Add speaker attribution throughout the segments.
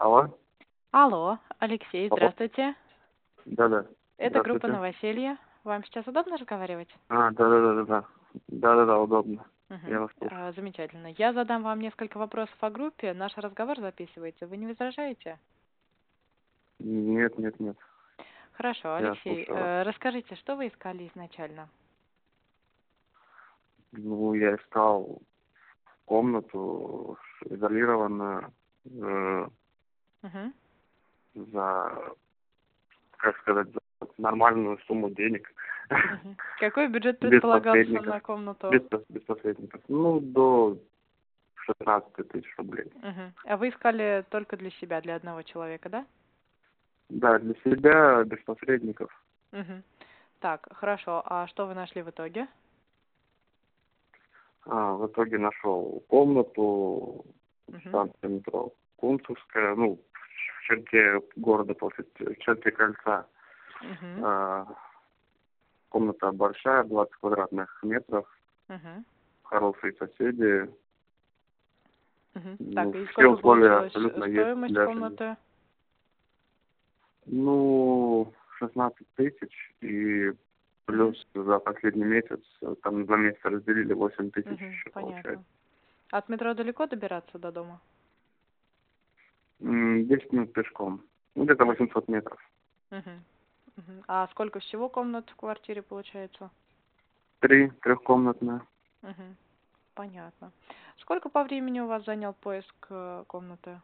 Speaker 1: Алло?
Speaker 2: Алло, Алексей,
Speaker 1: Алло.
Speaker 2: здравствуйте.
Speaker 1: Да-да.
Speaker 2: Это группа
Speaker 1: Здравствуйте.
Speaker 2: «Новоселье». Вам сейчас удобно разговаривать?
Speaker 1: А, да-да-да-да-да. Да-да-да, удобно.
Speaker 2: Мгм.
Speaker 1: Я вас слушаю.
Speaker 2: А, замечательно. Я задам вам несколько вопросов о группе. Наш разговор записывается. Вы не возражаете?
Speaker 1: Нет, нет, нет.
Speaker 2: Хорошо,
Speaker 1: Я
Speaker 2: Алексей,
Speaker 1: слушаю вас.
Speaker 2: э, расскажите, что вы искали изначально?
Speaker 1: Ну, я искал комнату изолированную э,
Speaker 2: Мгм.
Speaker 1: за, как сказать, за нормальную сумму денег.
Speaker 2: Мгм. Какой бюджет
Speaker 1: Без
Speaker 2: предполагался
Speaker 1: посредников.
Speaker 2: на комнату?
Speaker 1: Без, пос- без посредников. Ну, до 16 тысяч рублей.
Speaker 2: Мгм. А вы искали только для себя, для одного человека, да?
Speaker 1: Да, для себя, без посредников.
Speaker 2: Мгм. Так, хорошо. А что вы нашли в итоге?
Speaker 1: А, в итоге нашел комнату,
Speaker 2: Мгм.
Speaker 1: станция метро Кунцевская, ну, в черте города, после, в черте кольца.
Speaker 2: Мгм.
Speaker 1: А, комната большая, 20 квадратных метров,
Speaker 2: Мгм.
Speaker 1: хорошие соседи.
Speaker 2: Мгм.
Speaker 1: Ну,
Speaker 2: Так, и
Speaker 1: все
Speaker 2: сколько
Speaker 1: условия
Speaker 2: получилась
Speaker 1: абсолютно есть
Speaker 2: стоимость
Speaker 1: для
Speaker 2: комнаты?
Speaker 1: Ну, 16 тысяч и плюс за последний месяц, э, там два месяца разделили 8 тысяч
Speaker 2: Мгм,
Speaker 1: еще получается.
Speaker 2: понятно. От метро далеко добираться до дома?
Speaker 1: М, 10 минут пешком, ну, где-то 800 метров.
Speaker 2: Мгм. Мгм. А сколько всего комнат в квартире получается?
Speaker 1: Три трехкомнатные.
Speaker 2: Мгм. Понятно. Сколько по времени у вас занял поиск э, комнаты?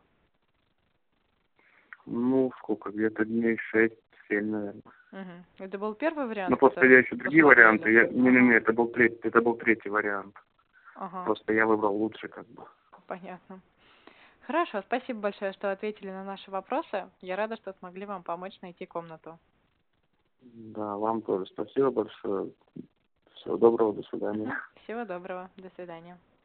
Speaker 1: Ну, сколько, где-то дней 6-7, наверное.
Speaker 2: Мгм. Это был первый вариант?
Speaker 1: Ну, просто
Speaker 2: который
Speaker 1: я еще другие
Speaker 2: посмотрели?
Speaker 1: варианты. Я... Не-не-не, это был, третий, это был третий вариант.
Speaker 2: Ага,
Speaker 1: Просто я выбрал лучше как бы.
Speaker 2: понятно. Хорошо, спасибо большое, что ответили на наши вопросы. Я рада, что смогли вам помочь найти комнату.
Speaker 1: Да, вам тоже спасибо большое. Всего доброго, до свидания.
Speaker 2: Мгм. Всего доброго. До свидания.